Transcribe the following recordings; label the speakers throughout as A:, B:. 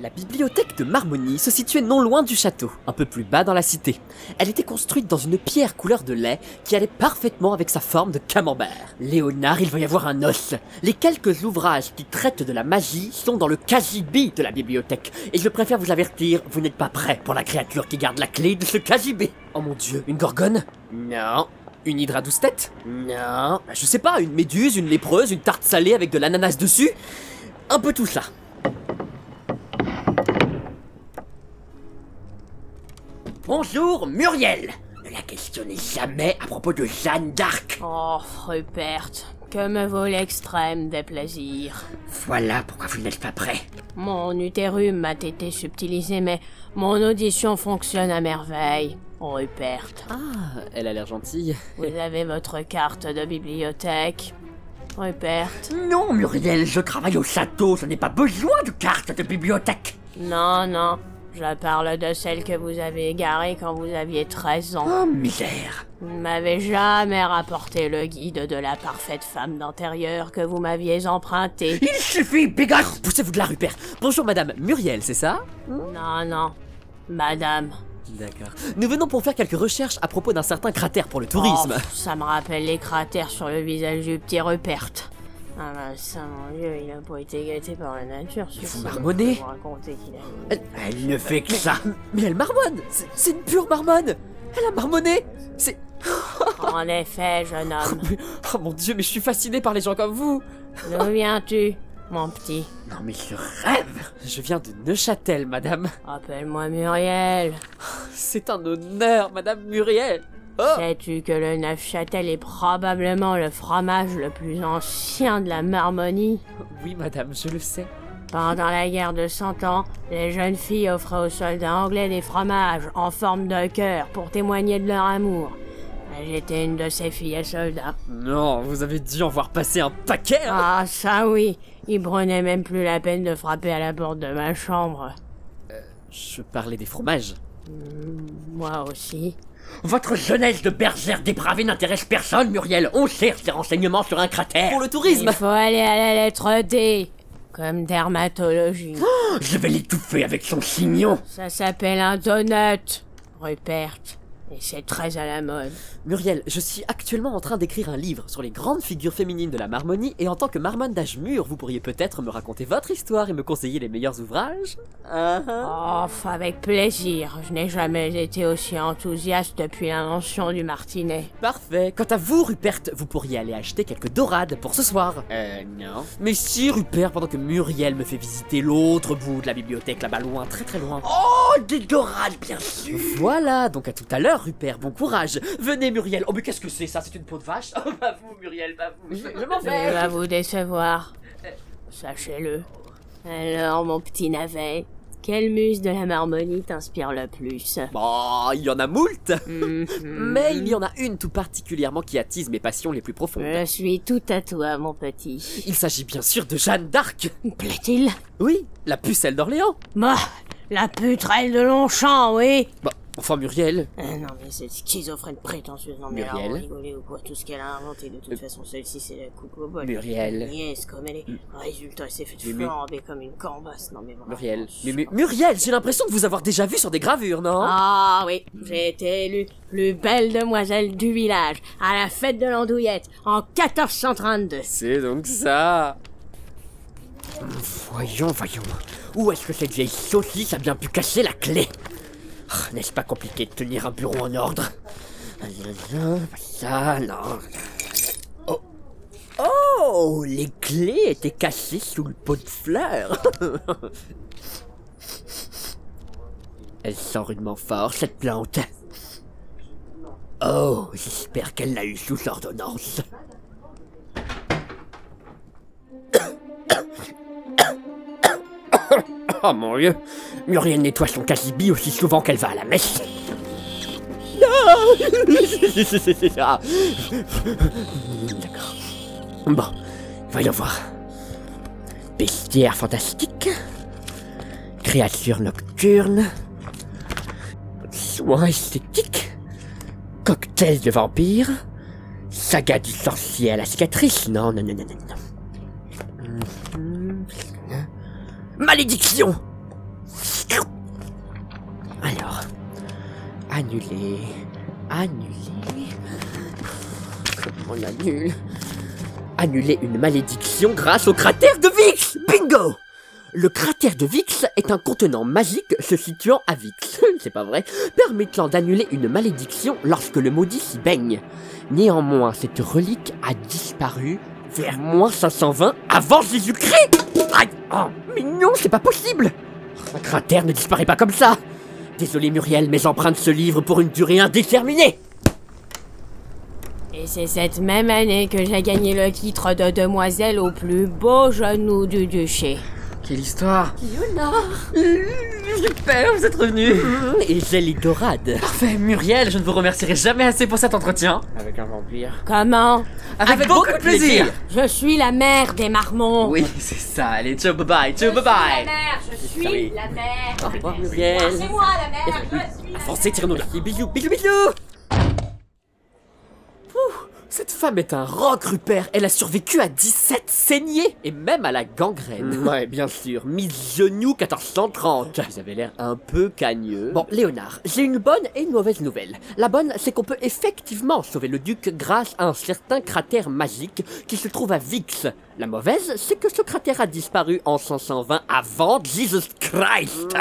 A: La bibliothèque de Marmony se situait non loin du château, un peu plus bas dans la cité. Elle était construite dans une pierre couleur de lait qui allait parfaitement avec sa forme de camembert. Léonard, il va y avoir un os. Les quelques ouvrages qui traitent de la magie sont dans le cagibi de la bibliothèque. Et je préfère vous avertir, vous n'êtes pas prêts pour la créature qui garde la clé de ce cagibi. Oh mon dieu, une gorgone Non. Une hydre à douze têtes Non. Bah, Je sais pas, une méduse, une lépreuse, une tarte salée avec de l'ananas dessus Un peu tout ça. Bonjour, Muriel Ne la questionnez jamais à propos de Jeanne d'Arc
B: Oh, Rupert, que me vaut l'extrême des plaisirs.
A: Voilà pourquoi vous n'êtes pas prêt.
B: Mon utérum m'a été subtilisé, mais mon audition fonctionne à merveille. Rupert,
A: Ah, elle a l'air gentille.
B: vous avez votre carte de bibliothèque. Rupert,
A: Non, Muriel, je travaille au château, je n'ai pas besoin de carte de bibliothèque
B: non, non, je parle de celle que vous avez égarée quand vous aviez 13 ans.
A: Oh, misère
B: Vous ne m'avez jamais rapporté le guide de la parfaite femme d'intérieur que vous m'aviez emprunté.
A: Il suffit, Pégase Oh, Poussez-vous de là, Rupert Bonjour, madame Muriel, c'est ça
B: Non, non, madame.
A: D'accord. Nous venons pour faire quelques recherches à propos d'un certain cratère pour le tourisme.
B: Oh, ça me rappelle les cratères sur le visage du petit Rupert. Ah bah ça, mon dieu, il a pas été gâté par la nature. Il
A: faut marmonner.
B: Vous raconter qu'il a...
A: Elle, ne fait que ça Mais elle marmonne C'est- C'est une pure marmonne Elle a marmonné C'est...
B: En effet, jeune homme,
A: Mais- Oh mon dieu, mais je suis fasciné par les gens comme vous
B: d'où viens-tu, mon petit
A: Non mais je rêve Je viens de Neuchâtel, madame.
B: Appelle-moi Muriel.
A: C'est un honneur, madame Muriel Oh
B: Sais-tu que le Neufchâtel est probablement le fromage le plus ancien de la Marmonie
A: Oui, madame, je le sais.
B: Pendant la guerre de Cent Ans, les jeunes filles offraient aux soldats anglais des fromages en forme de cœur pour témoigner de leur amour. J'étais une de ces filles à soldats.
A: Non, vous avez dû en voir passer un paquet hein.
B: Ah, ça oui, ils prenaient même plus la peine de frapper à la porte de ma chambre.
A: Je parlais des fromages.
B: Moi aussi.
A: Votre jeunesse de bergère dépravée n'intéresse personne, Muriel On cherche des renseignements sur un cratère Pour le tourisme
B: Il faut aller à la lettre D, comme dermatologie.
A: Je vais l'étouffer avec son chignon
B: Ça s'appelle un donut, Rupert. Et c'est très à la mode.
A: Muriel, je suis actuellement en train d'écrire un livre sur les grandes figures féminines de la marmonie et en tant que marmonne d'âge mûr, vous pourriez peut-être me raconter votre histoire et me conseiller les meilleurs ouvrages
B: Oh, avec plaisir. Je n'ai jamais été aussi enthousiaste depuis l'invention du martinet.
A: Parfait. Quant à vous, Rupert, vous pourriez aller acheter quelques dorades pour ce soir.
C: Euh, non.
A: Mais si, Rupert, pendant que Muriel me fait visiter l'autre bout de la bibliothèque là-bas loin, très très loin.
C: Oh, des dorades, bien sûr
A: Voilà, donc à tout à l'heure, Rupert, bon courage. Venez, Muriel. Oh, mais qu'est-ce que c'est ça C'est une peau de vache Oh, pas vous, Muriel, pas vous. Euh, Je, je m'en
B: Je
A: vais.
B: vais vous décevoir. Sachez-le. Alors, mon petit navet, quelle muse de la marmonie t'inspire le plus
A: Bah, il y en a moult.
B: Mhm.
A: Mm-hmm. Mais il y en a une tout particulièrement qui attise mes passions les plus profondes.
B: Je suis tout à toi, mon petit.
A: Il s'agit bien sûr de Jeanne d'Arc.
B: Plaît-il
A: Oui, la pucelle d'Orléans.
B: Bah, la putrelle de Longchamp, oui
A: Bah, enfin Muriel.
B: Euh, non mais cette schizophrène prétentieuse, non mais
A: Muriel. Euh,
B: alors rigoler ou quoi, tout ce qu'elle a inventé, de toute façon celle-ci c'est la coupe au bol.
A: Muriel.
B: Yes, Mm. comme elle est. Résultat, elle s'est fait
A: Mumu.
B: flamber comme une corbasse, non mais vraiment.
A: Muriel. Mais,
B: super.
A: mais- Muriel, j'ai l'impression de vous avoir déjà vu sur des gravures, non
B: Ah oui, j'ai été élue plus belle demoiselle du village à la fête de l'andouillette en 1432.
A: C'est donc ça. Voyons, voyons. Où est-ce que cette vieille saucisse a bien pu cacher la clé Ah, N'est-ce pas compliqué de tenir un bureau en ordre Pas Ça, non. Oh. Oh, les clés étaient cachées sous le pot de fleurs. Elle sent rudement fort, cette plante. Oh, j'espère qu'elle l'a eu sous ordonnance. Oh mon dieu Muriel nettoie son casibi aussi souvent qu'elle va à la messe. Ah. D'accord. Bon, voyons voir. Bestiaire fantastique. Créature nocturne. Soins esthétiques. Cocktail de vampire. Saga du sorcier à la cicatrice. Non, non, non, non, non. non. Malédiction Alors, annuler, annuler. Comment on annule Annuler une malédiction grâce au cratère de Vix Bingo Le cratère de Vix est un contenant magique se situant à Vix, c'est pas vrai, permettant d'annuler une malédiction lorsque le maudit s'y baigne. Néanmoins, cette relique a disparu vers moins 520 avant Jésus-Christ Aïe Oh, Mais non, c'est pas possible Un cratère ne disparaît pas comme ça Désolé Muriel, mes empreintes se livrent pour une durée indéterminée
B: Et c'est cette même année que j'ai gagné le titre de demoiselle au plus beau genou du duché.
A: Quelle histoire J'espère, Bah, vous êtes revenus Hein, Et j'ai les dorades
D: Parfait, Muriel, je ne vous remercierai jamais assez pour cet entretien.
C: Avec un vampire.
B: Comment
D: Avec, beaucoup, de plaisir.
B: Je suis la mère des marmons
D: Oui, c'est ça. Allez, ciao, bye bye,
B: Je
D: ciao, bye
B: suis la
D: bye.
B: mère, je suis la mère
A: Au revoir Muriel
B: C'est moi la mère, je suis la mère
A: Avancez, tirons-nous là Bisous, bisous, bisous Ouh, Cette femme est un roc, Rupert Elle a survécu à 17 saignées Et même à la gangrène Mm, Ouais, bien sûr Mise genou 1430 Vous avez l'air un peu cagneux. Bon, Léonard, j'ai une bonne et une mauvaise nouvelle. La bonne, c'est qu'on peut effectivement sauver le duc grâce à un certain cratère magique qui se trouve à Vix. La mauvaise, c'est que ce cratère a disparu en 520 avant Jesus Christ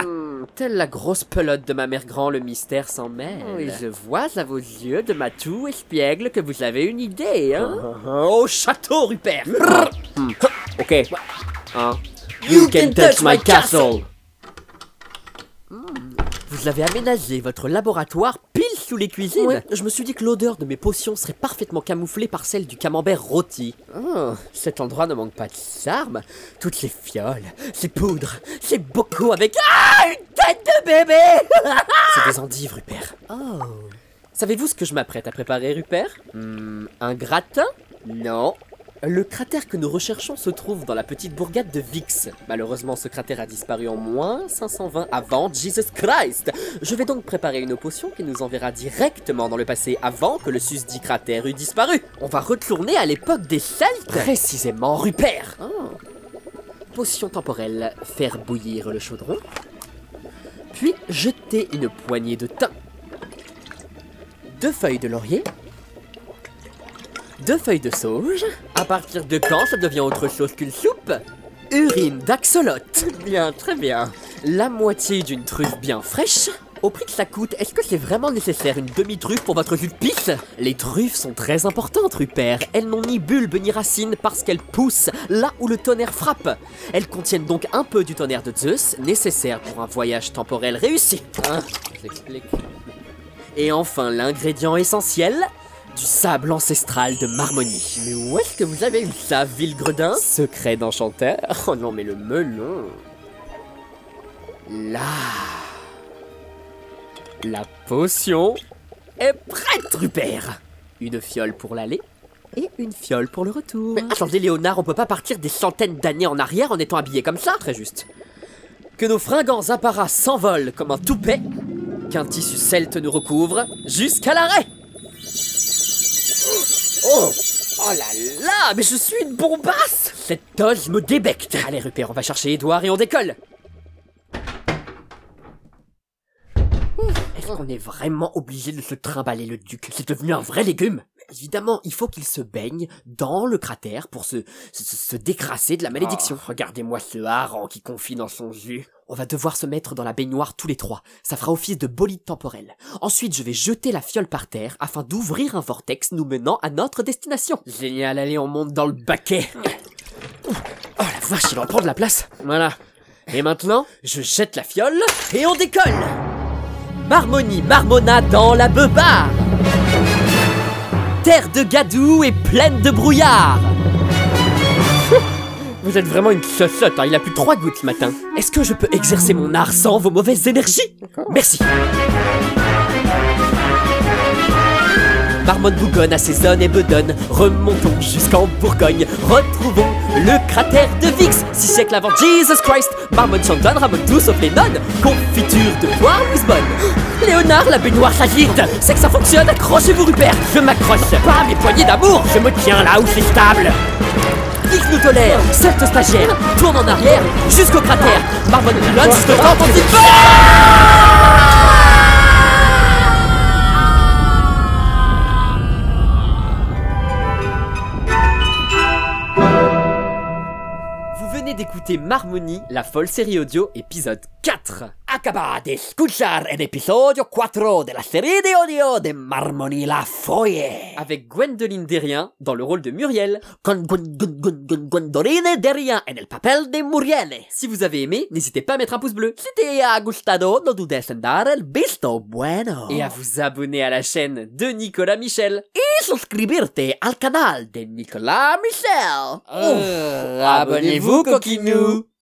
A: Telle la grosse pelote de ma mère grand, le mystère s'en mêle. Oui, je vois à vos yeux de ma toux espiègle que vous avez une idée, hein Au château, Rupert Ok. Hein You can touch my castle Hmm. vous avez aménagé votre laboratoire pile sous les cuisines. je me suis dit que l'odeur de mes potions serait parfaitement camouflée par celle du camembert rôti. Oh, cet endroit ne manque pas de charme. Toutes ces fioles, ces poudres, ces bocaux avec ah une tête de bébé. C'est des endives, Rupert. Oh. Savez-vous ce que je m'apprête à préparer, Rupert Hmm, Un gratin Non. Le cratère que nous recherchons se trouve dans la petite bourgade de Vix. Malheureusement, ce cratère a disparu en moins 520 avant Jesus Christ. Je vais donc préparer une potion qui nous enverra directement dans le passé avant que le susdit cratère eût disparu. On va retourner à l'époque des Celtes. Précisément, Rupert. Potion temporelle. Faire bouillir le chaudron. Puis jeter une poignée de thym deux feuilles de laurier, deux feuilles de sauge. À partir de quand ça devient autre chose qu'une soupe Urine d'axolote. Bien, très bien. La moitié d'une truffe bien fraîche. Au prix que ça coûte, est-ce que c'est vraiment nécessaire une demi-truffe pour votre jus de pisse Les truffes sont très importantes, Rupert. Elles n'ont ni bulbe ni racines parce qu'elles poussent là où le tonnerre frappe. Elles contiennent donc un peu du tonnerre de Zeus, nécessaire pour un voyage temporel réussi. Hein J'explique. Et enfin, l'ingrédient essentiel du sable ancestral de Marmonie. Mais où est-ce que vous avez eu ça, vil gredin Secret d'enchanteur Oh non, mais le melon Là La potion est prête, Rupert Une fiole pour l'aller et une fiole pour le retour. Mais attendez, Léonard, on peut pas partir des centaines d'années en arrière en étant habillé comme ça Très juste. Que nos fringants apparats s'envolent comme un toupet qu'un tissu celte nous recouvre jusqu'à l'arrêt. Oh Oh là là Mais je suis une bombasse Cette toge me débecte Allez Rupert, on va chercher Edouard et on décolle Est-ce qu'on est vraiment obligé de se trimballer le duc C'est devenu un vrai légume Évidemment, il faut qu'il se baigne dans le cratère pour se, se, se- se décrasser de la malédiction. Ah, Regardez-moi ce hareng qui confie dans son jus. On va devoir se mettre dans la baignoire tous les trois. Ça fera office de bolide temporel. Ensuite, je vais jeter la fiole par terre afin d'ouvrir un vortex nous menant à notre destination. Génial, allez, on monte dans le baquet. Oh la vache, il va en prendre la place. Voilà. Et maintenant, je jette la fiole et on décolle. Marmonie, marmonna dans la beubare terre de gadou et pleine de brouillard. Vous êtes vraiment une sosotte, hein, il a plus trois gouttes ce matin. Est-ce que je peux exercer mon art sans vos mauvaises énergies Merci. Marmonne bougonne, assaisonne et bedonne, remontons jusqu'en Bourgogne, retrouvons le cratère de Vix, six siècles avant Jesus Christ, Marmonne s'en donne, ramène tout sauf les nonnes, confiture de poire Lisbonne. Léonard, la baignoire s'agite, c'est que ça fonctionne, accrochez-vous Rupert, je m'accroche, pas à mes poignées d'amour, je me tiens là où c'est stable. Vix nous de colère, cette stagiaire tourne en arrière jusqu'au cratère. Marvin Milon se devant ton petit Vous venez d'écouter Marmonie, la folle série audio, épisode 4.
C: Acaba de escuchar el episodio 4 de la serie de audio de Marmoni La Folle.
A: Avec Gwendoline Derrien dans le rôle de Muriel.
C: Con Gun Gun Gun Gun Gondoline Derrien en el papel de Muriel.
A: Si vous avez aimé, n'hésitez pas à mettre un pouce bleu.
C: Si te ha gustado, no dudes en dar el visto bueno.
A: Et à vous abonner à la chaîne de Nicolas Michel.
C: Y suscribirte al canal de Nicolas Michel.
A: abonnez-vous, Euh, coquinou